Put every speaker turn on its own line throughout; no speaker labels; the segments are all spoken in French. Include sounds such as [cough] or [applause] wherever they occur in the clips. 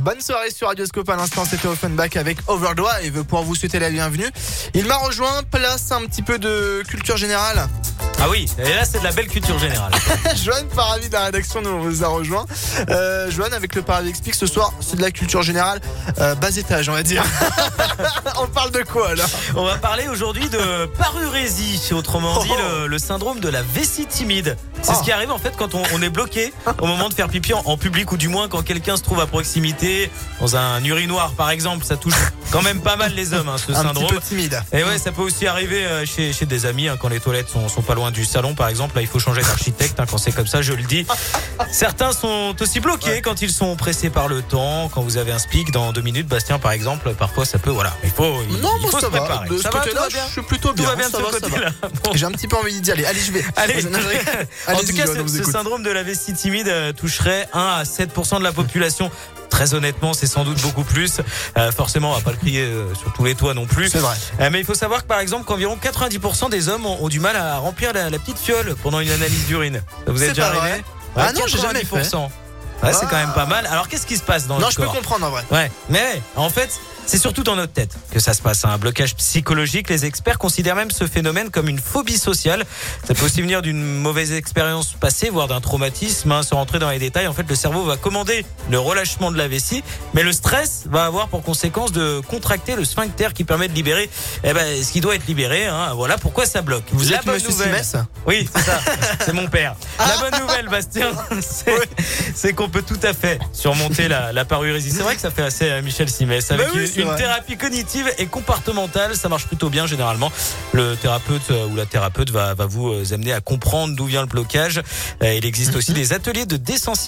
Bonne soirée sur Radioscope. À l'instant, c'était Offenbach avec Overdrive pour vous souhaiter la bienvenue. Il m'a rejoint, place un petit peu de culture générale. [laughs]
Ah oui, et là c'est de la belle culture générale.
Joanne Paravi de la rédaction nous vous a rejoint. Euh, Joanne avec le Paravi Explique ce soir, c'est de la culture générale euh, bas étage, on va dire. [laughs] on parle de quoi alors
On va parler aujourd'hui de parurésie, autrement dit
Oh.
le, le syndrome de la vessie timide. C'est
Oh.
ce qui arrive en fait quand on, on est bloqué au moment de faire pipi en, en public ou du moins quand quelqu'un se trouve à proximité, dans un urinoir par exemple, ça touche quand même pas mal les hommes hein, ce
Un petit
syndrome.
peu timide.
Et ouais, ça peut aussi arriver euh, chez, chez des amis hein, quand les toilettes sont, sont pas loin du salon, par exemple. Là, il faut changer d'architecte hein, quand c'est comme ça, je le dis. Certains sont aussi bloqués quand ils sont pressés par le temps. Quand vous avez un speak dans deux minutes, Bastien, par exemple, parfois ça peut. Voilà, il faut. Il,
Non,
il
moi
faut
ça
se
va.
préparer.
De ce
ça va, tout
côté-là,
va bien.
je suis plutôt
Tout
bien.
va bien
ça
de ce
va, ça va.
côté-là. Bon.
J'ai un petit peu envie d'y aller. Allez, je vais.
[laughs] Allez.
Je- non, je rigole.
[laughs] en
Allez-y,
tout cas,
Joanne, on
ce,
vous
ce
écoute.
syndrome de la vessie timide euh, toucherait 1 à 7% de la population. Très honnêtement, c'est sans doute beaucoup plus. Euh, forcément, on va pas le crier euh, sur tous les toits non plus.
C'est vrai.
Euh, Mais il faut savoir que par exemple qu'environ 90% des hommes ont, ont du mal à remplir la, la petite fiole pendant une analyse d'urine. Ça vous
C'est
êtes déjà
pas
arrivé
vrai. Ah non, j'ai jamais
90%. Ouais, c'est
Ah.
quand même pas mal. Alors qu'est-ce qui se passe dans
Non,
le
je peux
corps
comprendre en vrai.
Ouais, mais ouais, en fait, c'est surtout dans notre tête que ça se passe. hein. Un blocage psychologique, les experts considèrent même ce phénomène comme une phobie sociale. Ça peut aussi venir d'une mauvaise expérience passée, voire d'un traumatisme. hein. Sans rentrer dans les détails, en fait, le cerveau va commander le relâchement de la vessie, mais le stress va avoir pour conséquence de contracter le sphincter qui permet de libérer eh ben, ce qui doit être libéré. hein. Voilà pourquoi ça bloque.
Vous
La
êtes
bonne
Monsieur
nouvelle-
Simès
oui, c'est ça. C'est mon père. La bonne nouvelle, Bastien, c'est c'est qu'on peut tout à fait surmonter la, la parurésie. C'est vrai que ça fait assez à Michel Simès. Avec
Bah oui,
une-
c'est
une,
vrai.
thérapie cognitive et comportementale, ça marche plutôt bien généralement. Le thérapeute euh, ou la thérapeute va, va vous euh, amener à comprendre d'où vient le blocage. Euh, Il existe aussi des ateliers de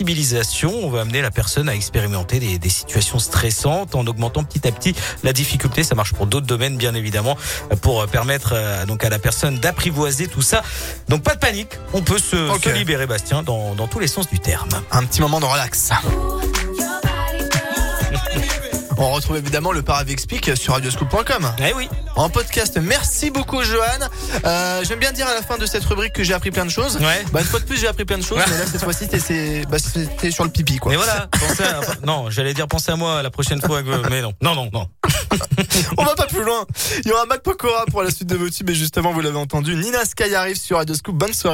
désensibilisation. On va amener la personne à expérimenter des, des situations stressantes en augmentant petit à petit la difficulté. Ça marche pour d'autres domaines, bien évidemment, euh, pour euh, permettre euh, donc à la personne d'apprivoiser tout ça. Donc pas de panique, on peut se,
Ok.
se libérer, Bastien, dans, dans tous les sens du terme.
Un petit moment de
[laughs]
relax. On retrouve évidemment le Paravi Explique sur radioscoop.com.
Eh oui.
en podcast. Merci beaucoup, Johan. Euh, J'aime bien dire à la fin de cette rubrique que j'ai appris plein de choses.
Ouais.
Bah, une fois de plus, j'ai appris plein de choses, mais là, cette fois-ci, t'es- c'est- bah, c'était sur le pipi, quoi.
Mais voilà, pensez à- non, j'allais dire pensez à moi la prochaine fois que mais non. Non non non.
On va pas plus loin. Il y aura Mac Pokora pour la suite de vos tubes, et justement, vous l'avez entendu, Nina Sky arrive sur Radio Scoop. Bonne soirée.